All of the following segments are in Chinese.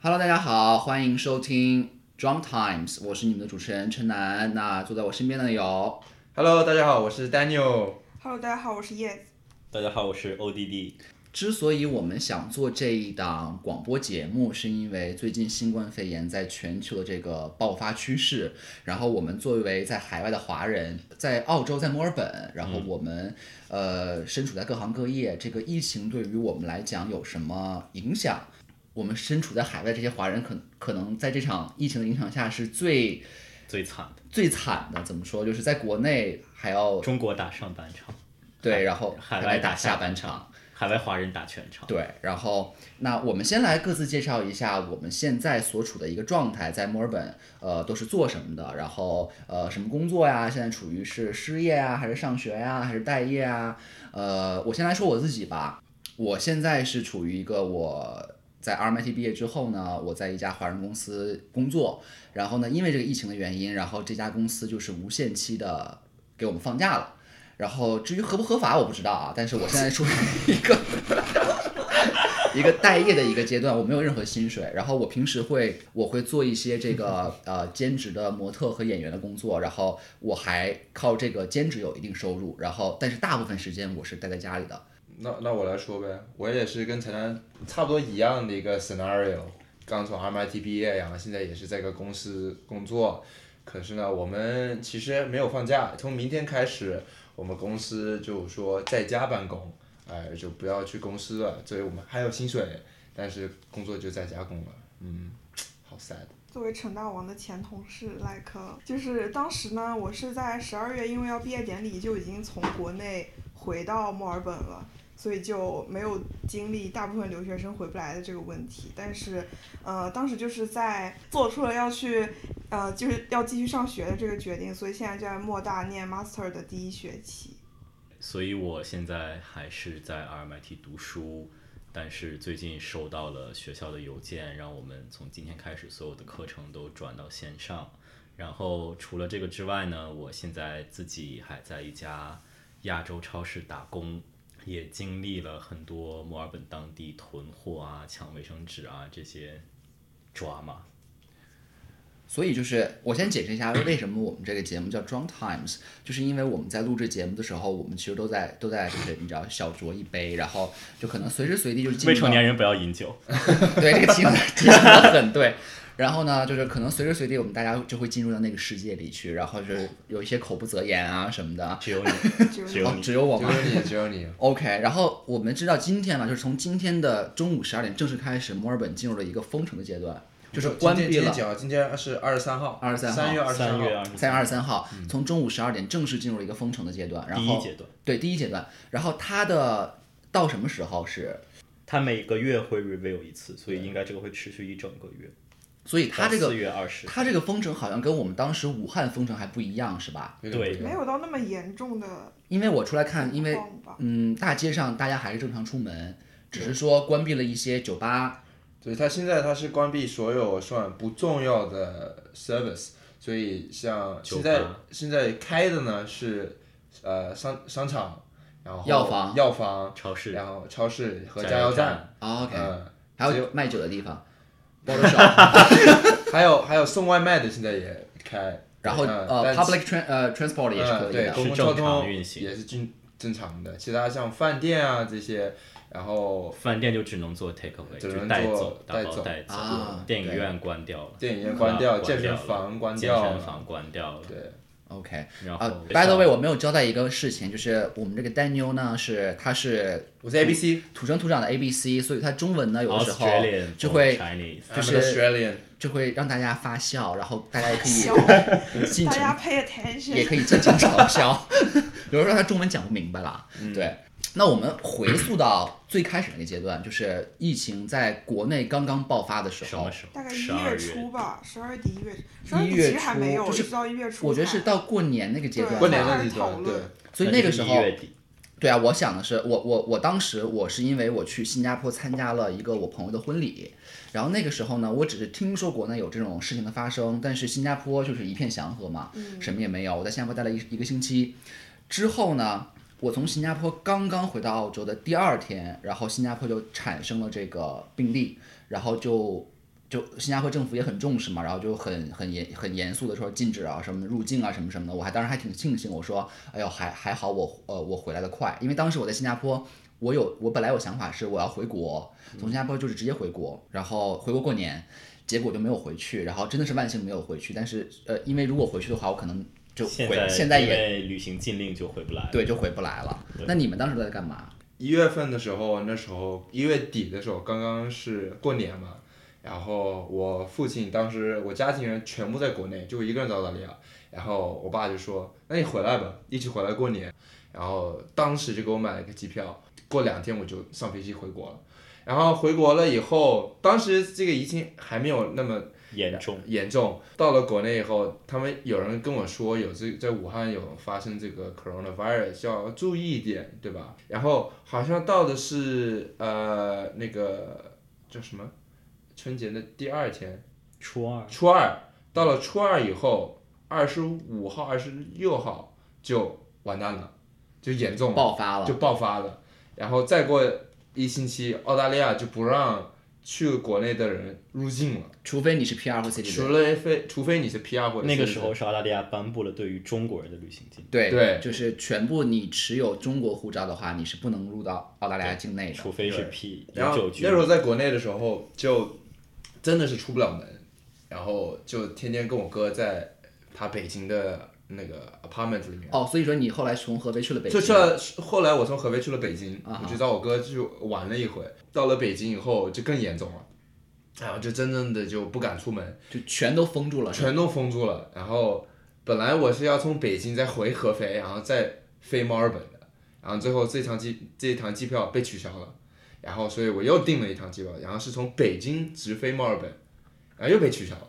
Hello，大家好，欢迎收听 Drum Times，我是你们的主持人陈楠。那坐在我身边的有 Hello，大家好，我是 Daniel。 Hello，大家好，我是叶子。大家好，我是 ODD。之所以我们想做这一档广播节目，是因为最近新冠肺炎在全球的这个爆发趋势，然后我们作为在海外的华人，在澳洲，在墨尔本，然后我们、呃身处在各行各业，这个疫情对于我们来讲有什么影响？我们身处在海外的这些华人可，可能在这场疫情的影响下是最最惨的最惨的。怎么说？就是在国内还要中国打上半场，对，然后海还外来打打下半半场。海外华人打全场。对，然后那我们先来各自介绍一下我们现在所处的一个状态，在墨尔本，呃，都是做什么的？然后呃，什么工作呀？现在处于是失业啊，还是上学呀，还是待业啊？呃，我先来说我自己吧，我现在是处于一个我。在 RMIT 毕业之后呢，我在一家华人公司工作，然后呢，因为这个疫情的原因，然后这家公司就是无限期的给我们放假了。然后至于合不合法，我不知道啊，但是我现在处于一个一个待业的一个阶段，我没有任何薪水。然后我平时会我会做一些这嗯个呃兼职的模特和演员的工作，然后我还靠这个兼职有一定收入。然后但是大部分时间我是待在家里的。那那我来说呗，我也是跟陈楠差不多一样的一个 scenario，刚从 MIT 毕业，然后现在也是在一个公司工作。可是呢，我们其实没有放假，从明天开始，我们公司就说在家办公，哎、就不要去公司了。所以我们还有薪水，但是工作就在家工了。嗯，好 sad。作为陈大王的前同事赖科，就是当时呢，我是在十二月，因为要毕业典礼，就已经从国内回到墨尔本了，所以就没有经历大部分留学生回不来的这个问题。但是，呃，当时就是在做出了要去，呃，就是要继续上学的这个决定，所以现在就在墨大念 master 的第一学期。所以我现在还是在 RMIT 读书，但是最近收到了学校的邮件，让我们从今天开始所有的课程都转到线上。然后除了这个之外呢，我现在自己还在一家亚洲超市打工，也经历了很多墨尔本当地囤货啊、抢卫生纸啊这些抓嘛。所以就是我先解释一下为什么我们这个节目叫 Drunk Times，就是因为我们在录制节目的时候，我们其实都在都在就是你知道小酌一杯，然后就可能随时随地就是进入未到成年人不要饮酒。 对，这个提醒提醒的很对。然后呢，就是可能随时随地我们大家就会进入到那个世界里去，然后就是有一些口不择言啊什么的。只有你，就是只有哦你，只有我只吗有你，只有你。 ？OK。然后我们知道今天嘛，就是从今天的中午十二点正式开始，墨尔本进入了一个封城的阶段， 就是关今闭天今天了几号？今天是二十三号， 23号三月二十三号月。二十三月二十啊三号，从中午十二点正式进入了一个封城的阶段。然嗯第后一阶段，对第一阶段，然后它的到什么时候是？他每个月会 review 一次，所以应该这个会持续一整个月。所以它这四个月二十，它这个封城好像跟我们当时武汉封城还不一样，是吧？有点对不一样没有到那么严重的因为我出来看，因为情况吧。嗯，大街上大家还是正常出门，只是说关闭了一些酒吧。对，它现在它是关闭所有算不重要的 service，所以像酒现在吧现在开的呢是呃商商场，然后药房药房，超市然后超市和加加油油站，哦 OK，、嗯， 还只有卖酒的地方 b o t t shop， 还有还有送外卖的现在也开，然后嗯呃但，public tran 呃 transport 也是可嗯，以对，的。公是共正交常通运行也是正正常的，其他像饭店啊这些，然后饭店就只能做 take away，只就能是带走做，打带包走带走啊。电影院关掉了，电影院啊关掉，关健身了房关健掉身了，房关掉了。对， OK，然啊后，by the way，我没有交代一个事情，就是我们这个 Daniel 呢是他是我嗯是 ABC，土生土长的 ABC，所以他中文呢有的时候 Australian 就会 or Chinese，就是 I'm an Australian。就会让大家发笑，然后大家也可 笑 以尽情大家 pay attention。也可以尽情嘲笑。有人说他中文讲不明白了，对。那我们回溯到最开始那个阶段，就是疫情在国内刚刚爆发的时什候么，时候？大概一十二月月初吧，十二月底一月，十二一月底月其实还没有，初就是直到一月初才。我觉得是到过年那个阶段，过对年的开阶始讨段，对论，所以那个时一候，月底，对啊，我想的是，我我我当时我是因为我去新加坡参加了一个我朋友的婚礼，然后那个时候呢，我只是听说国内有这种事情的发生，但是新加坡就是一片祥和嘛，嗯什么也没有。我在新加坡待了一一个星期，之后呢，我从新加坡刚刚回到澳洲的第二天，然后新加坡就产生了这个病例，然后就就新加坡政府也很重视嘛，然后就很很严很严肃的说禁止啊什么入境啊什么什么的。我还当时还挺庆幸，我说哎呦还还好我呃我回来的快，因为当时我在新加坡，我有我本来有想法是我要回国，从新加坡就是直接回国，然后回国过年，结果就没有回去，然后真的是万幸没有回去。但是呃因为如果回去的话，我可能就回现 在现在因也为旅行禁令就回哎不来了。对就回不来了。那你们当时都在干嘛？一月份的时候，那时候一月底的时候，刚刚是过年嘛，然后我父亲当时我家庭人全部在国内，就我一个人在澳大利亚，然后我爸就说：“那你回来吧，一起回来过年。”然后当时就给我买了个机票，过两天我就上飞机回国了。然后回国了以后，当时这个疫情还没有那么严重。严重。到了国内以后，他们有人跟我说有这在武汉有发生这个 coronavirus，要注意一点，对吧？然后好像到的是呃那个叫什么春节的第二天，初二，初二。到了初二以后，二十五号、二十六号就完蛋了，就严重了。爆发了就。爆发了。然后再过一星期，澳大利亚就不让去国内的人入境了，除非你是 PR 或 C D 除了非除非你是 PR 或者那个 citizen 时候是澳大利亚颁布了对于中国人的旅行禁令，对对就是全部你持有中国护照的话，你是不能入到澳大利亚境内的。除非是对 P 然永后久居那时候民。在国内的时候，就真的是出不了门，然后就天天跟我哥在他北京的那个 apartment 里面。哦，所以说你后来从合肥去了北就京，去了，后来我从合肥去了北京，啊哈我去找我哥去玩了一回。到了北京以后就更严重了，然后就真正的就不敢出门，就全都封住了。是吧全都封住了。然后本来我是要从北京再回合肥，然后再飞墨尔本的，然后最后这趟机这一趟机票被取消了，然后所以我又订了一趟机票，然后是从北京直飞墨尔本，然后又被取消了。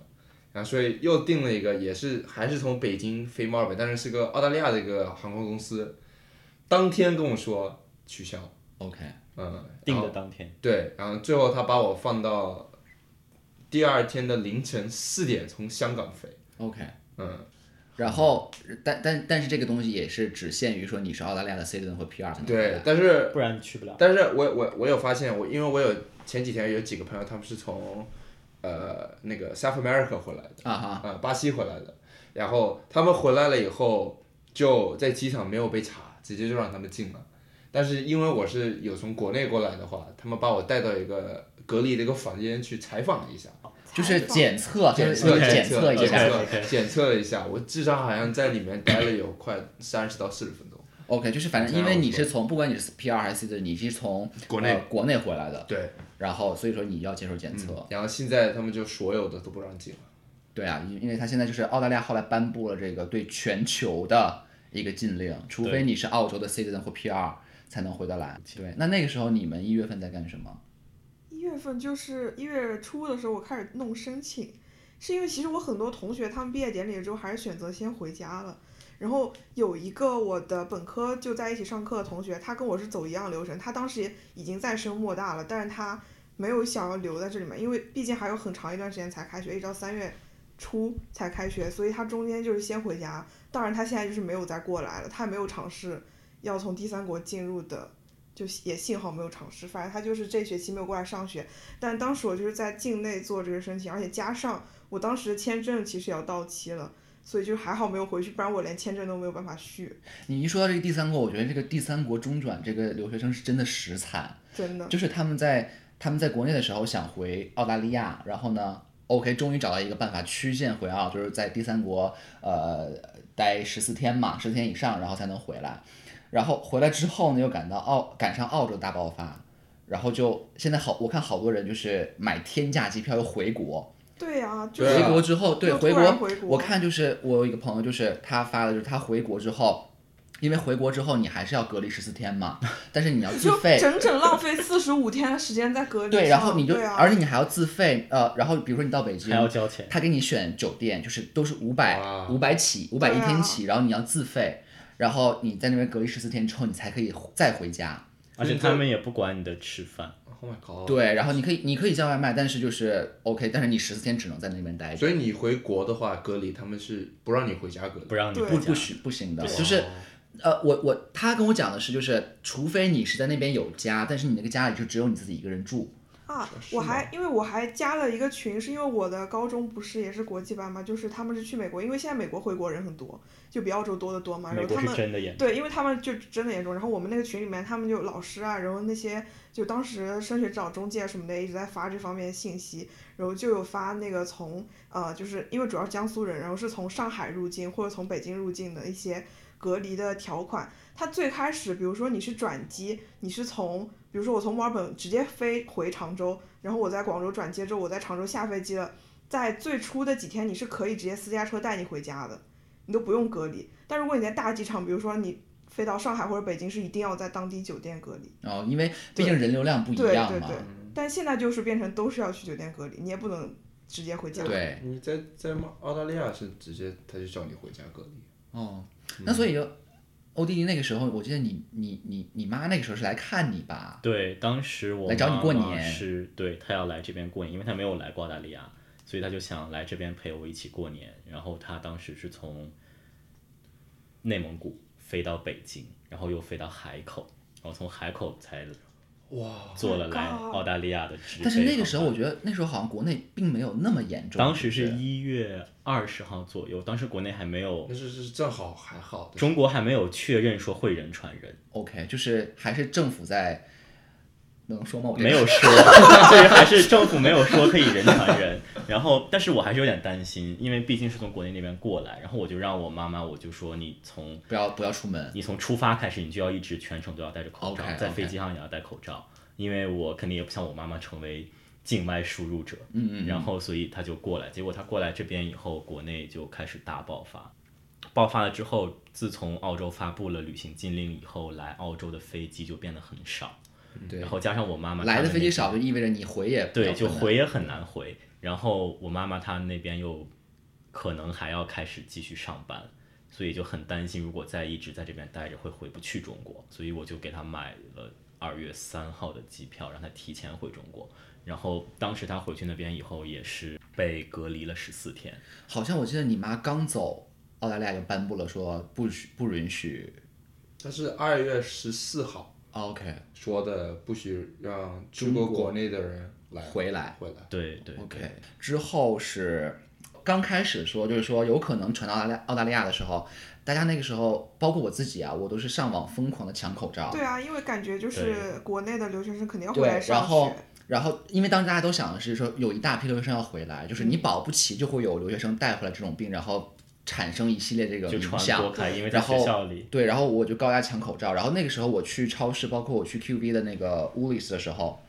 然后所以又订了一个，也是还是从北京飞墨尔本，但是是个澳大利亚的一个航空公司，当天跟我说取消， OK，嗯，定然的后当天，对，然后最后他把我放到第二天的凌晨四点从香港飞， OK，嗯，然后但但但是这个东西也是只限于说你是澳大利亚的 citizen 或 PR 才能回对来，但是不然你啊去不了。但是我我我有发现，我因为我有前几天有几个朋友，他们是从呃那个 South America 回来的，啊哈，呃巴西回来的，然后他们回来了以后，就在机场没有被查，直接就让他们进了。但是因为我是有从国内过来的话，他们把我带到一个隔离的一个房间去采访了一下，就是检测，检就测是检测测一下。 OK，OK 测检测了一下，我至少好像在里面待了有快三十到四十分钟。 OK，就是反正因为你是从不管你是 PR 还是 citizen，你是从国内呃国内回来的，对，然后所以说你要接受检测。然后现在他们就所有的都不让进了。对啊，因因为他现在就是澳大利亚后来颁布了这个对全球的一个禁令，除非你是澳洲的 citizen 或 PR 才能回得来。对，那那个时候你们一月份在干什么？一月份就是一月初的时候，我开始弄申请，是因为其实我很多同学他们毕业典礼之后还是选择先回家了。然后有一个我的本科就在一起上课的同学，他跟我是走一样流程，他当时也已经在升莫大了，但是他没有想要留在这里面，因为毕竟还有很长一段时间才开学，一直到三月初才开学，所以他中间就是先回家。当然他现在就是没有再过来了，他也没有尝试要从第三国进入的就也幸好没有尝试，反正他就是这学期没有过来上学。但当时我就是在境内做这个申请，而且加上我当时的签证其实也要到期了，所以就还好没有回去，不然我连签证都没有办法续，你一说到这个第三国，我觉得这个第三国中转这个留学生是真的实惨，真的。就是他们在他们在国内的时候想回澳大利亚，然后呢，OK，终于找到一个办法曲线回澳，就是在第三国呃待十四天嘛，十天以上，然后才能回来。然后回来之后呢，又赶到澳赶上澳洲大爆发，然后就现在好，我看好多人就是买天价机票又回国，对啊，就对回啊国之后对又突回国然回，国我看就是我有一个朋友，就是他发的就是他回国之后。因为回国之后你还是要隔离十四天嘛，但是你要自就费，整整浪费四十五天的时间在隔离上。对，然后你就，对啊、而且你还要自费，呃，然后比如说你到北京，还要交钱他给你选酒店，就是都是五百哇五百起，五百一对啊天起，然后你要自费，然后你在那边隔离十四天之后，你才可以再回家。而且他们也不管你的吃饭， Oh my 哦 god！对，然后你可以你可以叫外卖，但是就是 OK，但是你十四天只能在那边待着，所以你回国的话，隔离他们是不让你回家隔离，不让你对不回不家。哦许不行的，就是。呃，我我他跟我讲的是，就是除非你是在那边有家，但是你那个家里就只有你自己一个人住，啊，是我吗还因为我还加了一个群，是因为我的高中不是也是国际班嘛，就是他们是去美国，因为现在美国回国人很多，就比澳洲多得多嘛。然美后国他是们真的严对，因为他们就真的严重。然后我们那个群里面，他们就老师啊，然后那些就当时升学指导中介什么的一直在发这方面信息，然后就有发那个从呃，就是因为主要是江苏人，然后是从上海入境或者从北京入境的一些隔离的条款。它最开始，比如说你是转机，你是从，比如说我从墨尔本直接飞回常州，然后我在广州转接之后，我在常州下飞机了，在最初的几天你是可以直接私家车带你回家的，你都不用隔离。但如果你在大机场，比如说你飞到上海或者北京，是一定要在当地酒店隔离。然后因为毕竟人流量不一对样对嘛，对但现在就是变成都是要去酒店隔离，你也不能直接回家。对你在在澳澳大利亚是直接他就叫你回家隔离。哦，那所以欧弟弟那个时候，我记得你你你你妈那个时候是来看你吧？对，当时我来找你妈过妈年是对她要来这边过年，因为她没有来过澳大利亚，所以她就想来这边陪我一起过年。然后她当时是从内蒙古飞到北京，然后又飞到海口，然后从海口才哇，坐了 Oh my 来 God 澳大利亚的直飞但是那个时候，我航班觉得那时候好像国内并没有那么严重。当时对是不对一月二十号左右，当时国内还没有那是是正好还好的。中国还没有确认说会人传人， OK，就是还是政府在，能说吗？我这个没有说，就是还是政府没有说可以人传人。然后，但是我还是有点担心，因为毕竟是从国内那边过来。然后我就让我妈妈，我就说你从不要不要出门。你从出发开始，你就要一直全程都要戴着口罩 OK，OK 在飞机上也要戴口罩，因为我肯定也不想我妈妈成为境外输入者。嗯嗯然后所以她就过来，结果她过来这边以后，国内就开始大爆发。爆发了之后，自从澳洲发布了旅行禁令以后，来澳洲的飞机就变得很少。嗯，对然。后加上我妈妈来她的那飞机边少，就意味着你回也比较对，就困难回也很难回。然后我妈妈她那边又可能还要开始继续上班，所以就很担心，如果再一直在这边待着会回不去中国，所以我就给她买了二月三号的机票，让她提前回中国。然后当时她回去那边以后也是被隔离了十四天，好像我记得你妈刚走，澳大利亚就颁布了说不许不允许。他是二月十四号 OK，说的，不许让中国中国国内的人来回来回来。对对 OK，之后是刚开始说，就是说有可能传到澳大利澳大利亚的时候，大家那个时候，包括我自己啊，我都是上网疯狂的抢口罩。对啊，因为感觉就是对国内的留学生肯定要回对来上然后学。然后，因为当时大家都想的是说，有一大批留学生要回来，就是嗯你保不齐就会有留学生带回来这种病，然后产生一系列这个就影传响播。开，因为在然学后校里，对，然后我就高压抢口罩。然后那个时候我去超市，包括我去 QV 的那个 Woolies 的时候，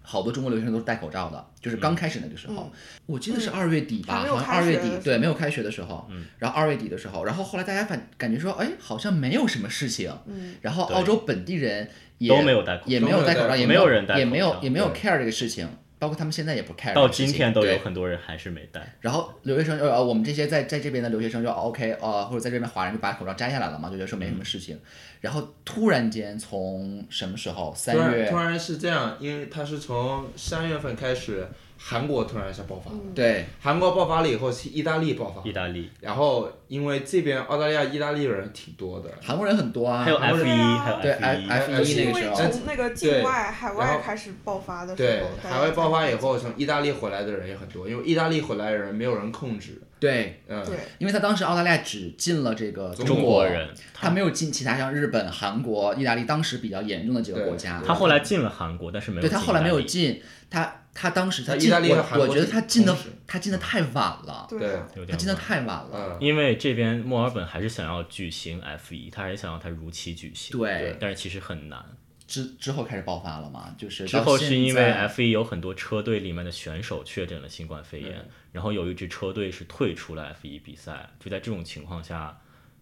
好多中国留学生都是戴口罩的，就是刚开始那个时候，嗯我记得是二月底吧，还没有好像二月开学底的，时对，没有开学的时候，嗯然后二月底的时候，然后后来大家反感觉说，哎，好像没有什么事情，嗯，然后对澳洲本地人也都没有戴口也罩没有戴口罩，也没没有人戴也口没有罩也没有对 care 这个事情，包括他们现在也不 care 这到个事今情天都对啊有很多人还是没戴。然后留学生就呃，我们这些在在这边的留学生就 OK 呃，或者在这边华人就把口罩摘下来了嘛，就觉得说没嗯什么事情。然后突然间从什么时候三突然月突然是这样，因为他是从三月份开始，韩国突然一下爆发了。嗯对韩国爆发了以后，是意大利爆发意，大利然后因为这边澳大利亚、意大利人挺多的，韩国人很多啊还有，韩国 F 一，人还有对哎 F F 一，呃一那因个时为候，从那个境对外海然外后开始爆发嗯的时对候，，大家海外爆发以后，才从意大利回来的人也很多，因为意大利回来的人没有人控制，对，嗯，对，因为他当时澳大利亚只进了这个中国国人，他没有进其他像日本、韩国、意大利当时比较严重的几个对国家。对他后来进了韩国，但是没有对他进后来意没大有利进，他他当时他他进意大利和我韩国我觉得是他进的同时他进的太晚了，对对啊嗯有他点进的晚太晚了。嗯，因为这边墨尔本还是想要举行 F 一，他还是想要它如期举行。对，但是其实很难。之之后开始爆发了嘛，就是之到后现是因为在 F 一有很多车队里面的选手确诊了新冠肺炎，然后有一支车队是退出了 F 一比赛。就在这种情况下，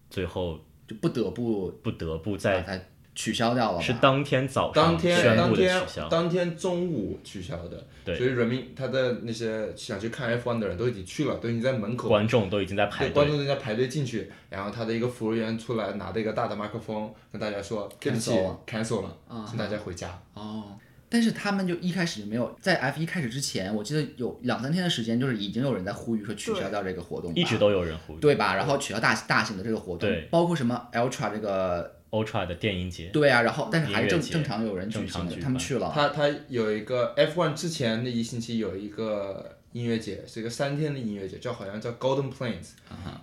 最后就不得不不得不把在它取消掉了嘛。是当天早当上天宣当布的天取消。当天中午取消的，对所以人民他的那些想去看 F1 的人都已经去了，都已经在门口，观众都已经在排对，观队，众都在排队进去，然后他的一个服务员出来拿着一个大的麦克风跟大家说，对不起 Cancel 了，cancel 了啊，请大家回家，哦，但是他们就一开始就没有在 F 一开始之前，我记得有两三天的时间，就是已经有人在呼吁说取消掉这个活动吧，一直都有人呼吁。对吧？然后取消大大型的这个活动对，包括什么 Ultra 这个 Ultra 的电影节，对啊，然后但是还是正音乐节正常有人举正常行的，举他们办去了。他他有一个 F1 之前的一星期有一个音乐节，是一个三天的音乐节，叫好像叫 Golden Plains，、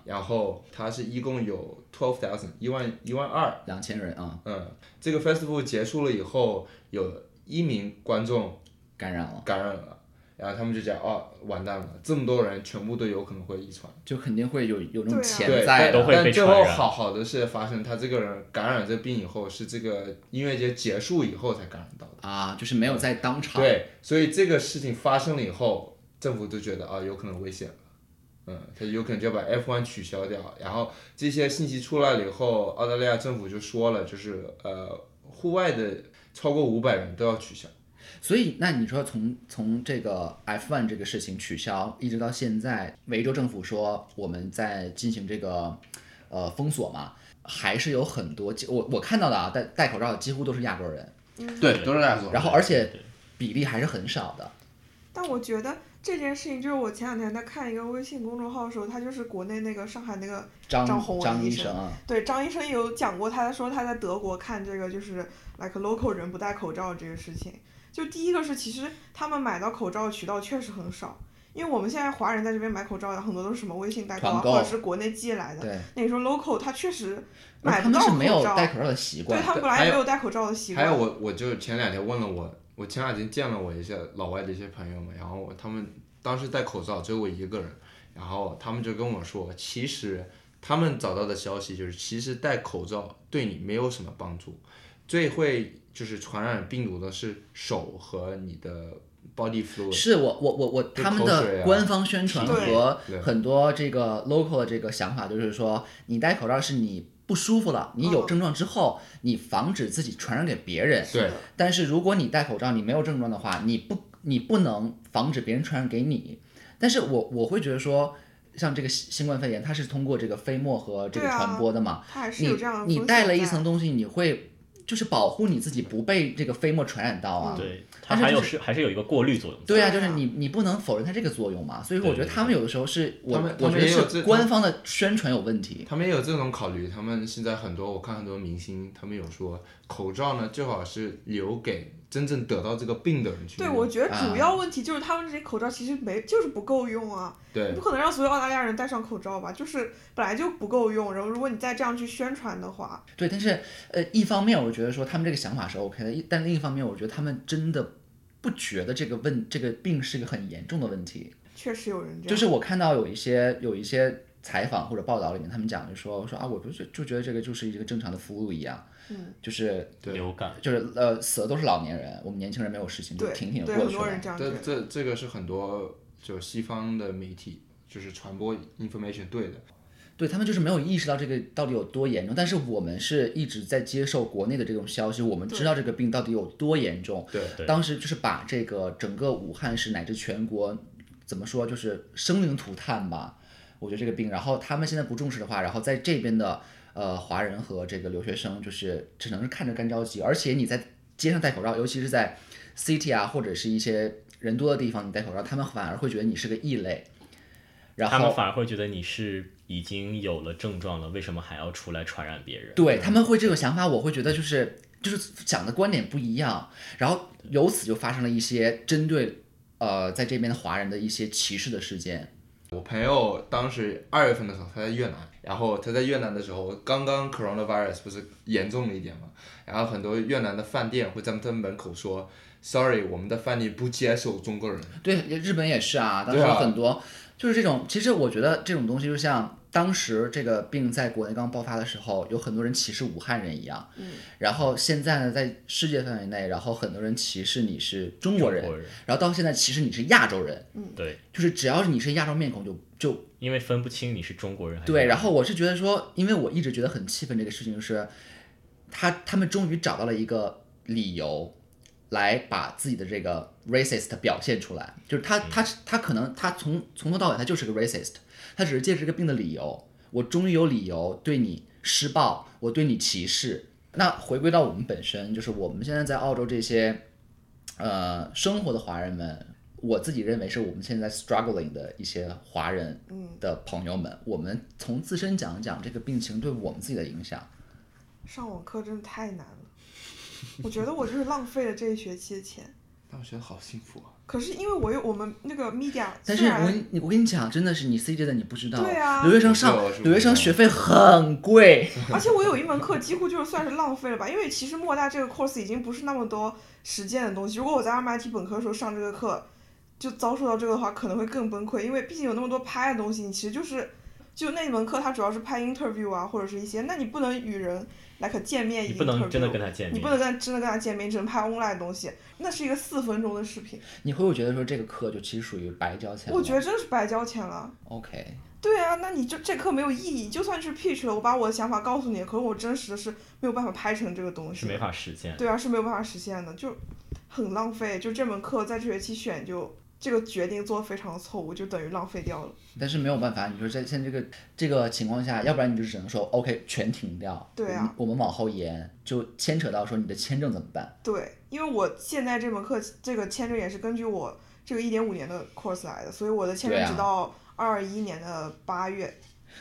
然啊后它是一共有 twelve thousand 一万一万二，两千人啊、嗯，这个 festival 结束了以后，有一名观众感染了，感染了。然后他们就讲哦，完蛋了，这么多人全部都有可能会遗传，就肯定会有有那种对啊潜对，在但的，都会被但最传后染好好的是发生，他这个人感染这病以后，是这个音乐节结束以后才感染到的。啊，就是没有在当场。对，所以这个事情发生了以后，政府就觉得啊，有可能危险了，嗯，他有可能就要把 F1 取消掉。然后这些信息出来了以后，澳大利亚政府就说了，就是呃，户外的超过五百人都要取消。所以那你说从从这个 F1 这个事情取消，一直到现在，维州政府说我们在进行这个呃封锁嘛，还是有很多我我看到的啊，戴戴口罩的几乎都是亚洲人，对，都是亚洲然后而且比例还是很少的。但我觉得这件事情，就是我前两天在看一个微信公众号的时候，他就是国内那个上海那个张张宏文张医医生生啊，对，张医生有讲过，他说他在德国看这个就是 like local 人不戴口罩这个事情。就第一个是，其实他们买到口罩的渠道确实很少，因为我们现在华人在这边买口罩很多都是什么微信代购啊，团购或者是国内寄来的。对，那你说 local 他确实而买他不们到是口没有罩，戴口罩的习对惯。他们本来还也有没有戴口罩的习还惯。有我，我就前两天问了我，我前两天见了我一些老外的一些朋友们，然后我他们当时戴口罩只有我一个人，然后他们就跟我说，其实他们找到的消息就是，其实戴口罩对你没有什么帮助，最会就是传染病毒的是手和你的 body fluid。是我我我我就他们口水的啊官方宣传对和对很多这个 local 的这个想法，就是说你戴口罩是你不舒服了，你有嗯症状之后，你防止自己传染给别人。对的，但是如果你戴口罩，你没有症状的话，你不你不能防止别人传染给你。但是我我会觉得说，像这个新新冠肺炎，它是通过这个飞沫和这个对啊传播的嘛，他还是有你这样的你风戴险了一在层东西，你会就是保护你自己不被这个飞沫传染到啊。嗯对，它但是还就有是是还是有一个过滤作用。对啊，就对是啊你你不能否认它这个作用嘛。所以说，对我觉得对他们有的时候是我他们我觉他们得也有是这官方的宣传有问题。他们也有这种考虑，他们现在很多，我看很多明星，他们有说口罩呢，最好是留给真正得到这个病的人去对，用我觉得啊主要问题就是他们这些口罩其实没，就是不够用啊。对你不可能让所有澳大利亚人戴上口罩吧？就是本来就不够用，然后如果你再这样去宣传的话，对，但是呃，一方面我觉得说他们这个想法是 OK 的，一但另一方面，我觉得他们真的不觉得这个问这个病是一个很严重的问题。确实有人这样。就是我看到有一些有一些采访或者报道里面，他们讲就说说啊，我不是就觉得这个就是一个正常的服务一样，嗯，就是对流感，就是呃死的都是老年人，我们年轻人没有事情就对挺挺地对，过很去多人了。这样觉这得。这这个是很多就西方的媒体就是传播 information 对的，对他们就是没有意识到这个到底有多严重，但是我们是一直在接受国内的这种消息，我们知道这个病到底有多严重。对对当时就是把这个整个武汉市乃至全国，怎么说就是生灵涂炭吧。我觉得这个病，然后他们现在不重视的话，然后在这边的呃华人和这个留学生，就是只能是看着干着急。而且你在街上戴口罩，尤其是在 city 啊或者是一些人多的地方，你戴口罩，他们反而会觉得你是个异类。然后他们反而会觉得你是已经有了症状了，为什么还要出来传染别人？对他们会这种想法，我会觉得就是就是讲的观点不一样，然后由此就发生了一些针对呃在这边的华人的一些歧视的事件。我朋友当时二月份的时候他在越南，然后他在越南的时候刚刚 coronavirus 不是严重了一点嘛，然后很多越南的饭店会在他们门口说 sorry，我们的饭店不接受中国人，对，日本也是啊，当时对啊很多、就是这种，其实我觉得这种东西就像当时这个病在国内刚爆发的时候，有很多人歧视武汉人一样，嗯然后现在呢，在世界范围内，然后很多人歧视你是中国人，中国人然后到现在歧视你是亚洲人，对，就是只要是你是亚洲面孔就就因为分不清你是中国人还是对，然后我是觉得说，因为我一直觉得很气愤这个事情是，他他们终于找到了一个理由来把自己的这个 racist 表现出来，就是他他他可能他从从头到尾他就是个 racist，他只是借这个病的理由，我终于有理由对你施暴，我对你歧视。那回归到我们本身，就是我们现在在澳洲这些，呃，生活的华人们，我自己认为是我们现在 struggling 的一些华人，的朋友们，我们从自身讲一讲这个病情对我们自己的影响。上网课真的太难了，我觉得我就是浪费了这一学期的钱。那我觉得好幸福啊！可是因为我有我们那个 media，但是虽我然跟你我跟你讲，真的是你 CD 的你不知道，啊对啊留学生我知道上我是不留学生知道学费很贵，而且我有一门课几乎就是算是浪费了吧，因为其实莫大这个 course 已经不是那么多实践的东西。如果我在 MIT 本科的时候上这个课，就遭受到这个的话，可能会更崩溃，因为毕竟有那么多拍的东西，你其实就是就那门课它主要是拍 interview 啊，或者是一些，那你不能与人 like 见面 interview，你不能真的跟他见你面不。能跟真的跟他见面，你只能拍 online 的东西，那是一个四分钟的视频，你会不会觉得说这个课就其实属于白交钱了？我觉得真的是白交钱了。 OK，对啊，那你这这课没有意义，就算是 pitch 了，我把我的想法告诉你，可是我真实的是没有办法拍成这个东西是的。没法实现的。对啊，是没有办法实现的，就很浪费。就这门课在这学期选就这个决定做得非常错误，就等于浪费掉了。但是没有办法，你说在现在这个这个情况下，要不然你就只能说 OK 全停掉，对啊我们，我们往后延，就牵扯到说你的签证怎么办？对，因为我现在这门课这个签证也是根据我这个一点五年的 course 来的，所以我的签对证啊直到二一年的八月。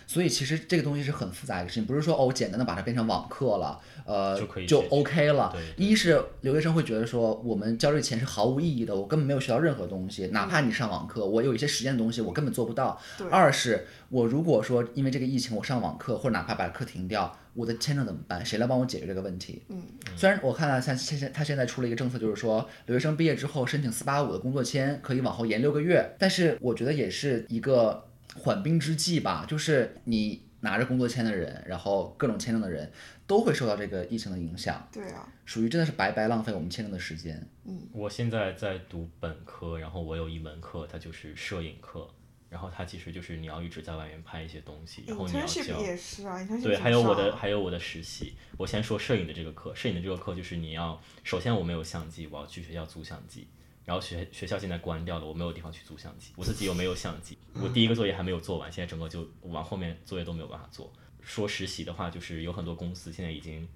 所以其实这个东西是很复杂的一个事情，不是说哦我简单的把它变成网课了，呃就可以解决 OK 了对。一是留学生会觉得说我们交这个钱是毫无意义的，我根本没有学到任何东西，哪怕你上网课，我有一些实践的东西我根本做不到嗯对。二是我如果说因为这个疫情我上网课，或者哪怕把课停掉，我的签证怎么办？谁来帮我解决这个问题？嗯，虽然我看了像现现他现在出了一个政策，就是说留学生毕业之后申请四八五的工作签可以往后延六个月，但是我觉得也是一个缓兵之计吧，就是你拿着工作签的人，然后各种签证的人都会受到这个疫情的影响，对啊，属于真的是白白浪费我们签证的时间。我现在在读本科，然后我有一门课，它就是摄影课，然后它其实就是你要一直在外面拍一些东西，然后你要 internship 交。也哎是啊，internship 对，怎么还有我上的啊还有我的实习。我先说摄影的这个课，摄影的这个课就是你要，首先我没有相机，我要去学校租相机，然后学学校现在关掉了，我没有地方去租相机，我自己又没有相机，我第一个作业还没有做完，现在整个就往后面作业都没有办法做。说实习的话，就是有很多公司现在已经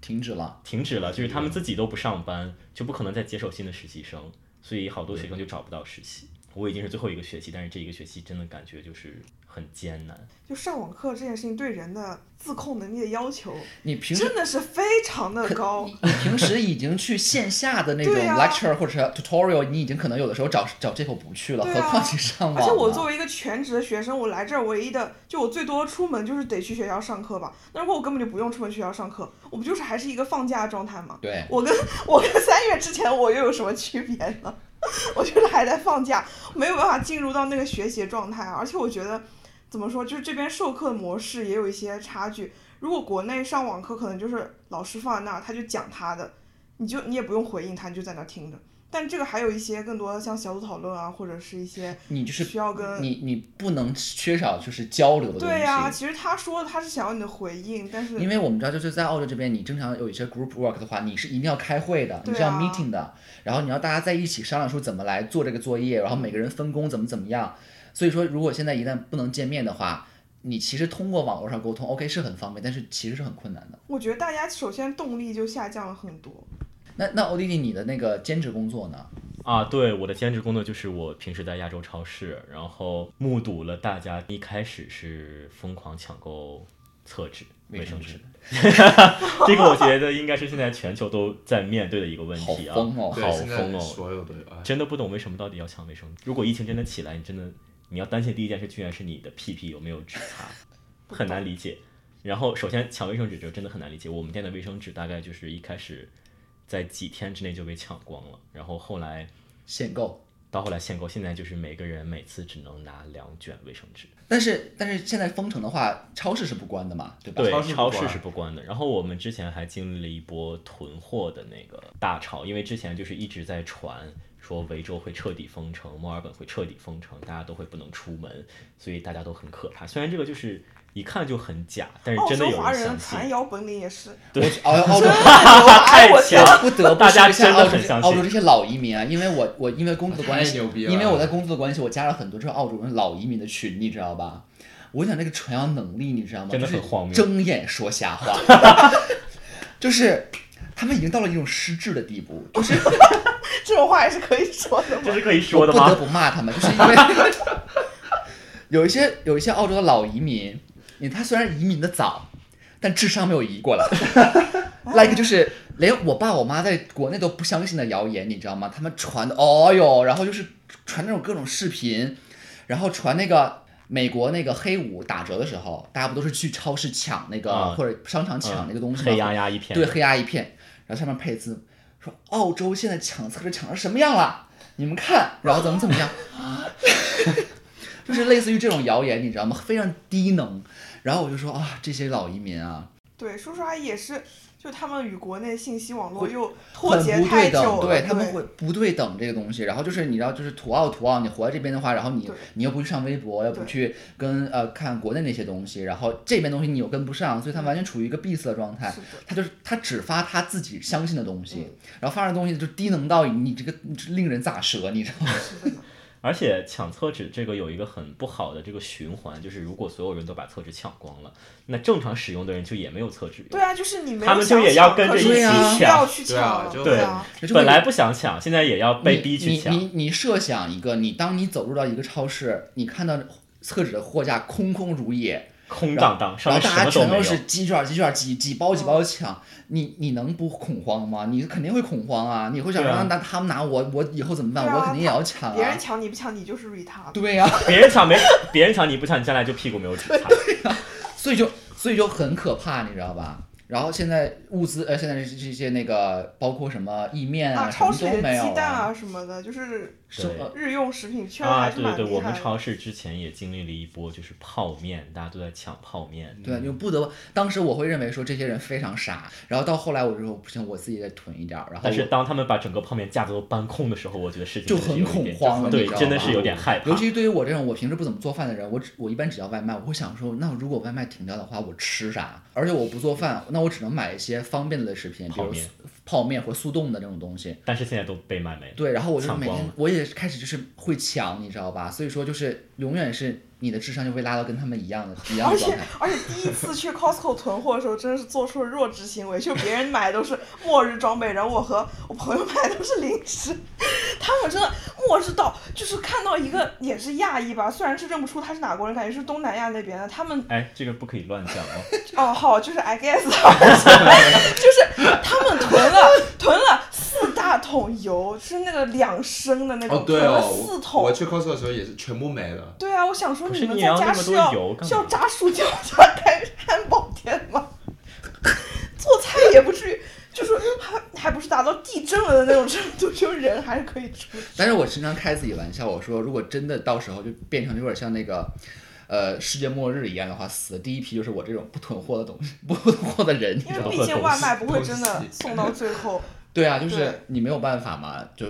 停止了，停止了，就是他们自己都不上班，就不可能再接受新的实习生，所以好多学生就找不到实习。我已经是最后一个学期，但是这一个学期真的感觉就是很艰难。就上网课这件事情对人的自控能力的要求你平时真的是非常的高。你平时已经去线下的那种对啊 lecture 或者 tutorial，你已经可能有的时候找找借口不去了，对何啊况你上网而且我了作为一个全职的学生，我来这儿唯一的，就我最多出门就是得去学校上课吧。那如果我根本就不用出门去学校上课，我不就是还是一个放假的状态吗？对。我跟 我跟三月之前我又有什么区别呢？ 我就是还在放假，没有办法进入到那个学习的状态啊。而且我觉得，怎么说，就是这边授课模式也有一些差距。如果国内上网课，可能就是老师放在那儿，他就讲他的，你就你也不用回应他，你就在那儿听着。但这个还有一些更多像小组讨论啊，或者是一些你就是需要跟你你不能缺少就是交流的东西。对呀、其实他说他是想要你的回应，但是因为我们知道，就是在澳洲这边，你正常有一些 group work 的话，你是一定要开会的，你对是要啊 meeting 的，然后你要大家在一起商量出怎么来做这个作业，然后每个人分工怎么怎么样。所以说，如果现在一旦不能见面的话，你其实通过网络上沟通，OK 是很方便，但是其实是很困难的。我觉得大家首先动力就下降了很多。那那欧弟弟，你的那个兼职工作呢？啊，对，我的兼职工作就是我平时在亚洲超市，然后目睹了大家一开始是疯狂抢购厕纸、卫生纸，这个我觉得应该是现在全球都在面对的一个问题好啊，疯哦对好现在疯哦，所有的啊，真的不懂为什么到底要抢卫生纸。如果疫情真的起来，你真的你要担心的第一件事，居然是你的屁屁有没有纸擦，很难理解。然后首先抢卫生纸就真的很难理解，我们店的卫生纸大概就是一开始在几天之内就被抢光了，然后后来。限购。到后来限购，现在就是每个人每次只能拿两卷卫生纸。但是但是现在封城的话，超市是不关的嘛，对吧？对，超市不超市关是不关的。然后我们之前还经历了一波囤货的那个大潮，因为之前就是一直在传说维州会彻底封城，墨尔本会彻底封城，大家都会不能出门，所以大家都很可怕。虽然这个就是一看就很假，但是澳哎真的洲有华人人相弹信。摇本领也是，我去澳澳洲。哎我天强，不得不大说家一下真的澳洲很这相澳洲信这些老移民啊，因为我我因为工作的关系太牛，逼了因为我在工作的关系，我加了很多这种澳洲人老移民的群，你知道吧？我想那个传谣能力，你知道吗？真的就是很荒谬睁眼说瞎话， 就是他们已经到了一种失智的地步，就是这种话也是可以说的这嘛。是可以我说不的得吗？不骂他们，就是因为 有一些有一些澳洲的老移民，你他虽然移民的早，但智商没有移过来。like 就是连我爸我妈在国内都不相信的谣言，你知道吗？他们传的，哦哟，然后就是传那种各种视频，然后传那个美国那个黑五打折的时候，大家不都是去超市抢那个、啊或者商场抢那个东西吗？黑压压一片。对，黑压一片，然后下面配字说澳洲现在抢测试抢成什么样了？你们看，然后怎么怎么 样，就是类似于这种谣言，你知道吗？非常低能。然后我就说啊，这些老移民啊， 对，叔叔阿姨也是，就他们与国内信息网络又脱很节不太对久等，了，对他们会不对等这个东西。然后就是你知道，就是土澳土澳，你活在这边的话，然后你对你又不去上微博，又不对去跟呃看国内那些东西，然后这边东西你又跟不上，所以他完全处于一个闭塞的状态是。的他就是他只发他自己相信的东西，嗯然后发的东西就低能到你这个你这令人咋舌，你知道吗？是的呢，而且抢厕纸这个有一个很不好的这个循环，就是如果所有人都把厕纸抢光了，那正常使用的人就也没有厕纸用。 对啊，就是你没他有们想就也抢要跟可着是一你起硬要抢去对抢啊了，就对啊，就会 本来不想抢，现在也要被逼去你抢。你你你设想一个，你当你走入到一个超市，你看到厕纸的货架空空如也，空然荡后荡，上然后面大家什么都全没都有。是鸡卷儿鸡卷儿几几包几嗯包抢，你你能不恐慌吗？你肯定会恐慌啊！你会想对啊让拿他们拿我，我以后怎么办？对啊我肯定也要抢别人啊！抢你不抢你就是 retard， 对呀、 别人抢没，别人抢你不抢，你将来就屁股没有 纸擦。所以就所以就很可怕，你知道吧？然后现在物资呃，现在是这些那个包括什么意面啊，什么超市都里的没有鸡蛋啊，啊什么的，就是什么对日用食品确实啊，还是对蛮对对，厉我害们的。超市之前也经历了一波，就是泡面，大家都在抢泡面。对，就不得。当时我会认为说这些人非常傻，然后到后来我就说不行，我自己再囤一点儿，然后但是我当他们把整个泡面架子都搬空的时候，我觉得事情就很真的是有一恐点慌了，对你知，道真的吧是有点害怕尤。其对于我这种我平时不怎么做饭的人，我只我一般只要外卖，我会想说，那如果外卖停掉的话，我吃啥？而且我不做饭，那我只能买一些方便的食品，比泡如面泡面或速冻的这种东西。但是现在都被卖没了。对，然后我就抢每光天了我也开始就是会抢，你知道吧？所以说就是永远是你的智商就会拉到跟他们一样的一样而的状且态。而且第一次去 Costco 囤货的时候，真的是做出了弱智行为，就别人买都是末日装备，然后我和我朋友买都是零食，他们真的末日到，就是看到一个也是亚裔吧，虽然是认不出他是哪国人，感觉是东南亚那边的，他们哎，这个不可以乱讲哦。哦，好，就是 I guess，就是他们囤了囤了四大桶油，是那个两升的那种，哦，对囤了哦，四我我桶。去 Costco 的时候也是全部没了。对啊，我想说不是们你在要家那么是多要油干是要嘛炸薯条、炸开汉堡店吗？做菜也不至于，就是还还不是达到地震了的那种程度，就是人还是可以出去。但是我经常开自己玩笑，我说如果真的到时候就变成有点像那个，呃，世界末日一样的话，死的第一批就是我这种不囤货的东西，不囤货的人，你因知为道吗？毕竟外卖不会东西真的送到最后，对啊，就是对你没有办法嘛，就，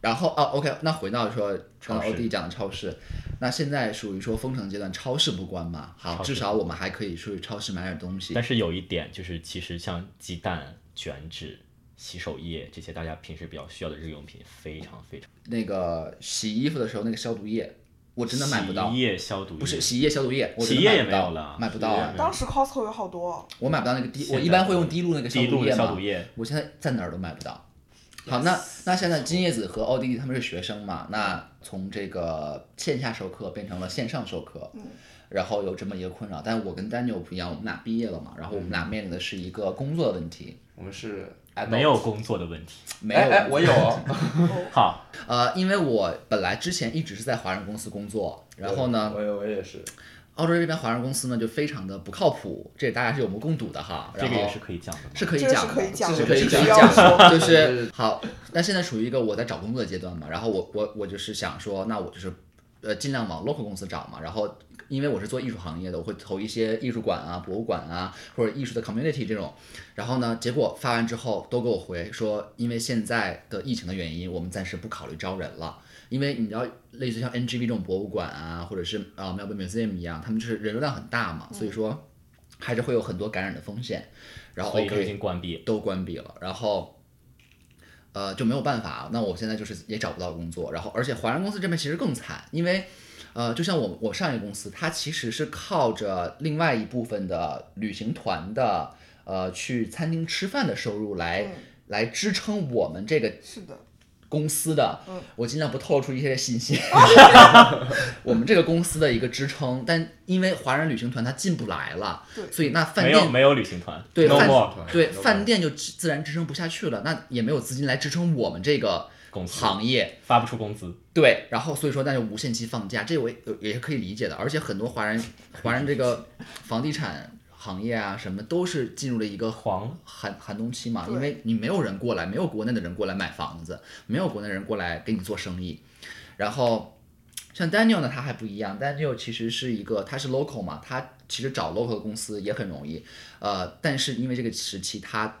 然后啊，OK，那回到说刚超才欧市弟讲的超市，那现在属于说封城阶段，超市不关嘛，好，超至市少我们还可以去超市买点东西但。是有一点就是，其实像鸡蛋、卷纸、洗手液这些大家平时比较需要的日用品，非常非常。那个洗衣服的时候那个消毒液，我真的买不到洗衣，液、消毒液不是洗衣液消毒液，我真洗的衣液买也不没到有了买不洗衣到液啊没有。当时 Costco 有好多哦、我买不到那个滴，现我在一般会用滴露那个消滴毒露液消嘛毒，液，我现在在哪儿都买不到。好，那那现在金叶子和奥地利他们是学生嘛？那从这个线下授课变成了线上授课，嗯然后有这么一个困扰。但我跟 Daniel 不一样，我们俩毕业了嘛，然后我嗯们俩面临的是一个工作的问题，我们是没有工作的问题。没哎有哎，我有好，呃，因为我本来之前一直是在华人公司工作， 然后呢，我有我也是，澳洲这边华人公司呢就非常的不靠谱，这大家是有目共睹的哈。这然个后也是可以讲的吗。是可以这个是讲的，可以讲的是可以这讲个是要的，说就是好。那现在处于一个我在找工作的阶段嘛，然后我我我就是想说，那我就是呃尽量往 local 公司找嘛，然后。因为我是做艺术行业的，我会投一些艺术馆啊、博物馆啊，或者艺术的 community 这种。然后呢，结果发完之后都给我回说，因为现在的疫情的原因，我们暂时不考虑招人了。因为你知道，类似像 NGV 这种博物馆啊，或者是啊 Melbourne Museum 一样，他们就是人流量很大嘛，所以说还是会有很多感染的风险。然后所以都已哦 OK 经关闭了。都关闭了，然后。呃，就没有办法。那我现在就是也找不到工作，然后而且华人公司这边其实更惨，因为，呃，就像我我上一个公司，它其实是靠着另外一部分的旅行团的，呃，去餐厅吃饭的收入来、嗯来支撑我们这个是的，公司的，嗯我尽量不透露出一些信 息。我们这个公司的一个支撑，但因为华人旅行团它进不来了，对所以那饭没有店没有旅行团，对 no 饭 more 对 no more 饭店就自自然支撑不下去了，那也没有资金来支撑我们这个公司行业。发不出工资，对，然后所以说那就无限期放假，这我也也是可以理解的。而且很多华人华人这个房地产行业啊，什么都是进入了一个黄了寒寒冬期嘛，对因为你没有人过来，没有国内的人过来买房子，没有国内人过来给你做生意。然后像 Daniel 呢，他还不一样，Daniel 其实是一个他是 local 嘛，他其实找 local 的公司也很容易，呃，但是因为这个时期他。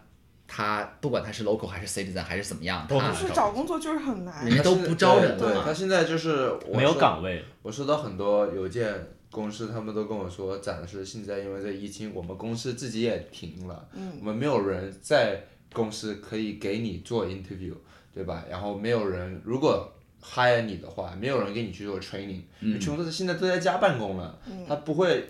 他不管他是 local 还是 citizen 还是怎么样，都很他就是少找工作就是很难嗯人。家都不招人对了嘛他现在就是我没有收岗位，我收到很多邮件，公司他们都跟我说，暂时现在因为这疫情，我们公司自己也停了，嗯我们没有人在公司可以给你做 interview，对吧？然后没有人，如果 hire 你的话，没有人给你去做 training，因为全部都是现在都在家办公了，他不会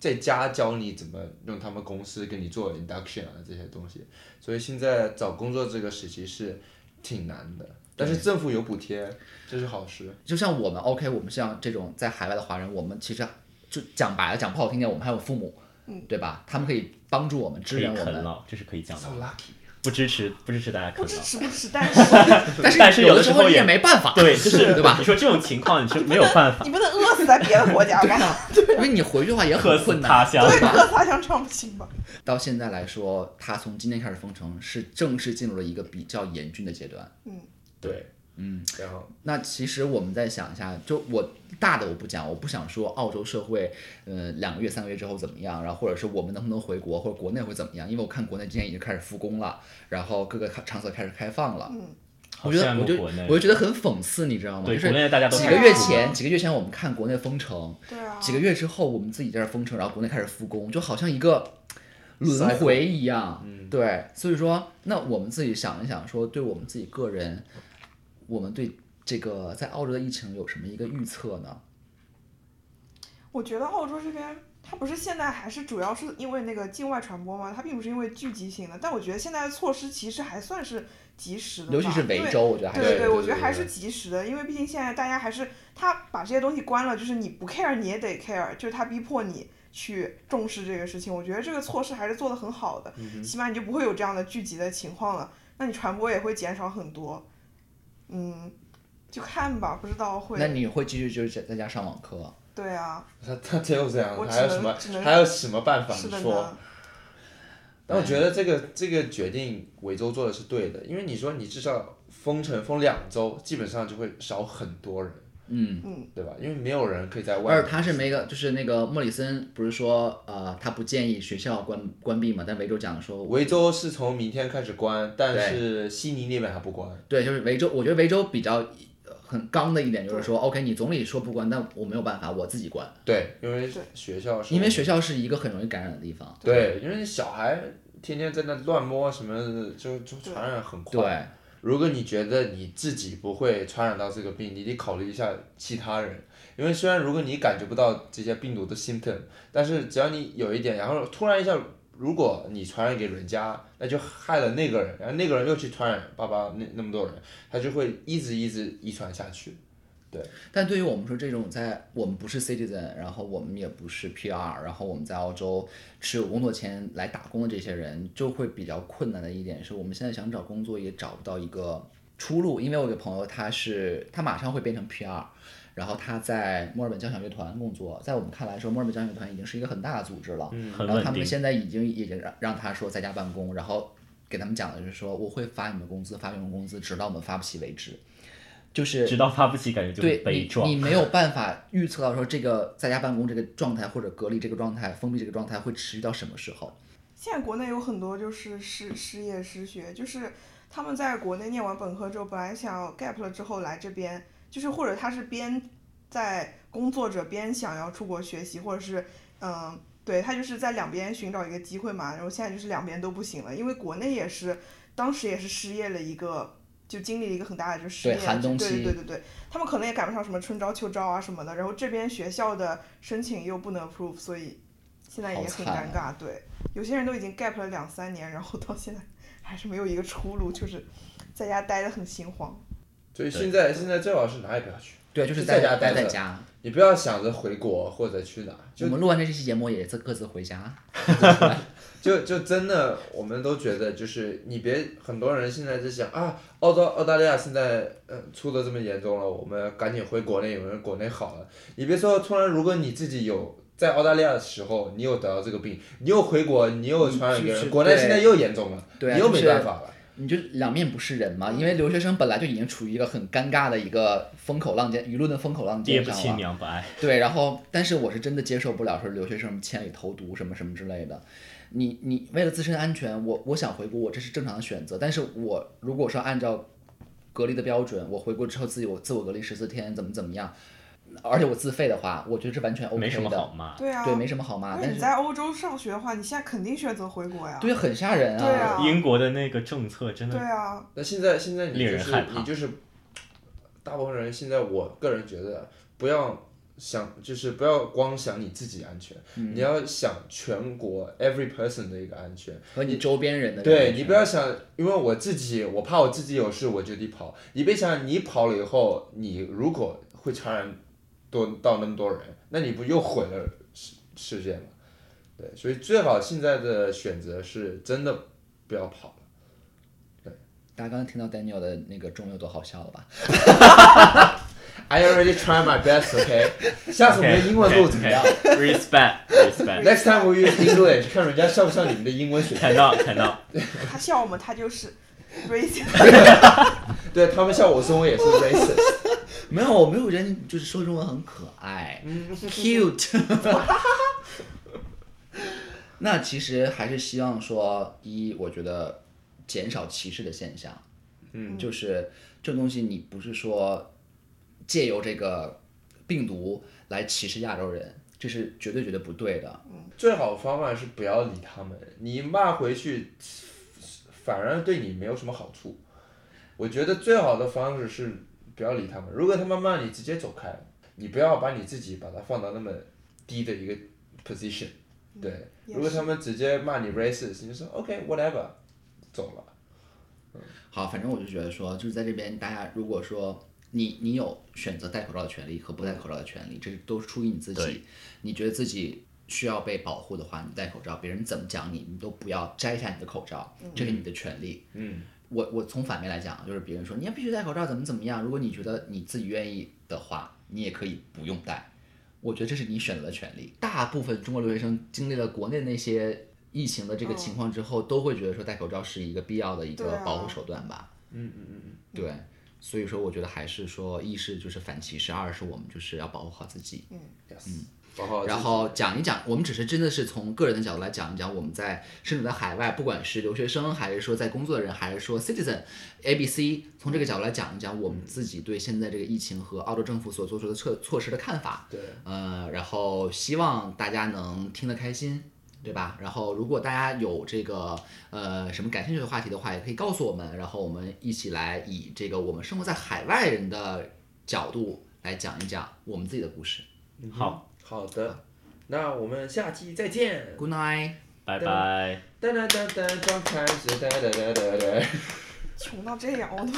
在家教你怎么用他们公司给你做 induction 啊这些东西，所以现在找工作这个时期是挺难的。但是政府有补贴，这是好事。就像我们 OK，我们像这种在海外的华人，我们其实就讲白了，讲不好听点，我们还有父母，嗯对吧？他们可以帮助我们，可支以援我啃们。老，这是可以讲 So 的， lucky。不支持不支持大家啃不支老。持不支持，但是 但但是是有有的时时候你也也没办法，对，就是对 吧你？说这种情况你是没有办法你，不能饿死在别的国 家吧？啊因为你回去的话也啊客很死困他难。乡。对，饿死他乡唱不行吧？到现在来说，他从今天开始封城，是正式进入了一个比较严峻的阶段。对，嗯，然后那其实我们再想一下，就我大的我不讲，我不想说澳洲社会，呃，两个月、三个月之后怎么样，然后或者是我们能不能回国，或者国内会怎么样，因为我看国内今天已经开始复工了，然后各个场所开始开放了。好我觉羡得，慕我就国内我就觉得很讽刺，你知道吗？对就是国内大家都几开个始月复前，几个月前我们看国内封城，对啊，几个月之后我们自己在这儿封城，然后国内开始复工，就好像一个轮 Cycle 回一样。嗯对，所以说，那我们自己想一想，说对我们自己个人，我们对这个在澳洲的疫情有什么一个预测呢？我觉得澳洲这边，它不是现在还是主要是因为那个境外传播吗？它并不是因为聚集性的，但我觉得现在的措施其实还算是及时的吧，尤其是维州，我觉得还对。是对对对我对觉得对还对是及时的，因为毕竟现在大家还是他把这些东西关了，就是你不 care 你也得 care，就是他逼迫你去重视这个事情。我觉得这个措施还是做得很好的，嗯起码你就不会有这样的聚集的情况了，那你传播也会减少很多。嗯，就看吧，不知道会。那你会继续就是在在家上网课？对啊，他他只有这样，我还有只什能么只能还有什么办法？是你的说呢。。嗯但我觉得这个这个决定维州做的是对的，因为你说你至少封城封两周，基本上就会少很多人，嗯，对吧？因为没有人可以在外而面。他是没个，就是那个莫里森不是说，呃，他不建议学校关关闭嘛？但维州讲说，维州是从明天开始关，但是悉尼那边还不关。对，就是维州，我觉得维州比较呃很刚的一点就是说，OK，你总理说不关，但我没有办法，我自己关，对，因为对学校是因为学校是一个很容易感染的地方。对，因为小孩天天在那乱摸什么的，就就传染很快。对，如果你觉得你自己不会传染到这个病，你得考虑一下其他人，因为虽然如果你感觉不到这些病毒的 symptom，但是只要你有一点，然后突然一下，如果你传染给人家，那就害了那个人，然后那个人又去传染爸爸那那么多人，他就会一直一直遗传下去。但对于我们说这种在我们不是 citizen，然后我们也不是 PR，然后我们在澳洲持有工作签来打工的这些人，就会比较困难的一点是我们现在想找工作也找不到一个出路，因为我有个朋友他是他马上会变成 PR。然后他在墨尔本交响乐团工作，在我们看来说，墨尔本交响乐团已经是一个很大的组织嗯了。很然后稳他们定，现在已经已经让让他说在家办公，然后给他们讲的就是说我会发你们工资，发员工工资，直到我们发不起为止。就是直到发不起，感觉就对悲壮你，你没有办法预测到说这个在家办公这个状态，或者隔离这个状态、封闭这个状态会持续到什么时候？现在国内有很多就是失失业失学，就是他们在国内念完本科之后，本来想要 gap 了之后来这边，就是或者他是边在工作者边想要出国学习，或者是嗯，对他就是在两边寻找一个机会嘛。然后现在就是两边都不行了，因为国内也是当时也是失业了一个。就经历了一个很大的就是失对业，寒冬对期对对对对，他们可能也赶不上什么春招秋招啊什么的，然后这边学校的申请又不能 approve，所以现在也好很惨尴啊尬，对。有些人都已经 gap 了两 三年，然后到现在还是没有一个出路，就是在家待得很心慌。所以现在现在最好是哪也不要去，对，就是在家待待在着家。你不要想着回国或者去哪，我就们录完这期节目也各自回家。就就真的我们都觉得就是你别很多人现在就想啊，澳洲澳大利亚现在嗯出的这么严重了，我们赶紧回国内，有人国内好了，你别说，突然如果你自己有。在澳大利亚的时候，你有得到这个病，你又回国，你又传染你给去人，去国嗯内对现在又严重了，对啊你又就没是办法了。你就两面不是人嘛，因为留学生本来就已经处于一个很尴尬的一个风口浪尖，舆论的风口浪爹尖不上亲了。娘不爱，对，然后但是我是真的接受不了说留学生千里投毒什么什么之类的。你你为了自身安全，我我想回国，我这是正常的选择。但是我如果说按照隔离的标准，我回国之后自我自我隔离十四天，怎么怎么样，而且我自费的话，我觉得这完全 OK 的，没什么好骂。对啊，对，没什么好骂。而且但你是在欧洲上学的话，你现在肯定选择回国呀。对，很吓人对啊英国的那个政策真对的啊，那现在现在你令就人是害怕你就是，大部分人现在我个人觉得不要想，就是不要光想你自己安全，嗯你要想全国 every person 的一个安全。和你周边人的对感你觉不要想，因为我自己我怕我自己有事我就得跑，你别想你跑了以后，你如果会传染多到那么多人，那你不又毁了世世界吗？对，所以最好现在的选择是真的不要跑了。大家刚才听到 Daniel 的那个中文有多好笑了吧？ I already tried my best, okay 。 下次我们的啊英文录怎么 样哎 respect respect， ？Next time we use English，看人家像不像你们的英文水平。看到看到，他笑我们，他就是 racist。对他们笑我中文也是 racist。没有，我没有觉得你就是说中文很可爱、c u t e 那其实还是希望说，一，我觉得减少歧视的现象，嗯，就是这种东西你不是说借由这个病毒来歧视亚洲人，这是绝对绝对不对的。最好的方法是不要理他们，你骂回去，反而对你没有什么好处。我觉得最好的方式是不要理他们。如果他们骂你，直接走开，你不要把你自己把它放到那么低的一个 position。对，嗯也如果是他们直接骂你 racist，你就说 OK whatever，走了。好，反正我就觉得说，就是在这边，大家如果说你你有选择戴口罩的权利和不戴口罩的权利，这是都是出于你自己对。你觉得自己需要被保护的话，你戴口罩，别人怎么讲你，你都不要摘下你的口罩，这是你的权利。嗯，我我从反面来讲，就是别人说你也必须戴口罩，怎么怎么样。如果你觉得你自己愿意的话，你也可以不用戴。我觉得这是你选择的权利。大部分中国留学生经历了国内那些疫情的这个嗯情况之后，都会觉得说戴口罩是一个必要的一对个啊保护手段吧。嗯嗯嗯嗯，对，所以说我觉得还是说，一是就是反歧视，二是我们就是要保护好自己。嗯，然后然后讲一讲，我们只是真的是从个人的角度来讲一讲，我们在身处在海外，不管是留学生，还是说在工作的人，还是说 citizen A B C，从这个角度来讲一讲我们自己对现在这个疫情和澳洲政府所做出的措措施的看法。对，呃，然后希望大家能听得开心，对吧？然后如果大家有这个呃什么感兴趣的话题的话，也可以告诉我们，然后我们一起来以这个我们生活在海外人的角度来讲一讲我们自己的故事。好，好的，那我们下期再见。 Good night。拜拜。哒哒哒哒，刚开始哒哒哒哒哒。穷到这样，我都。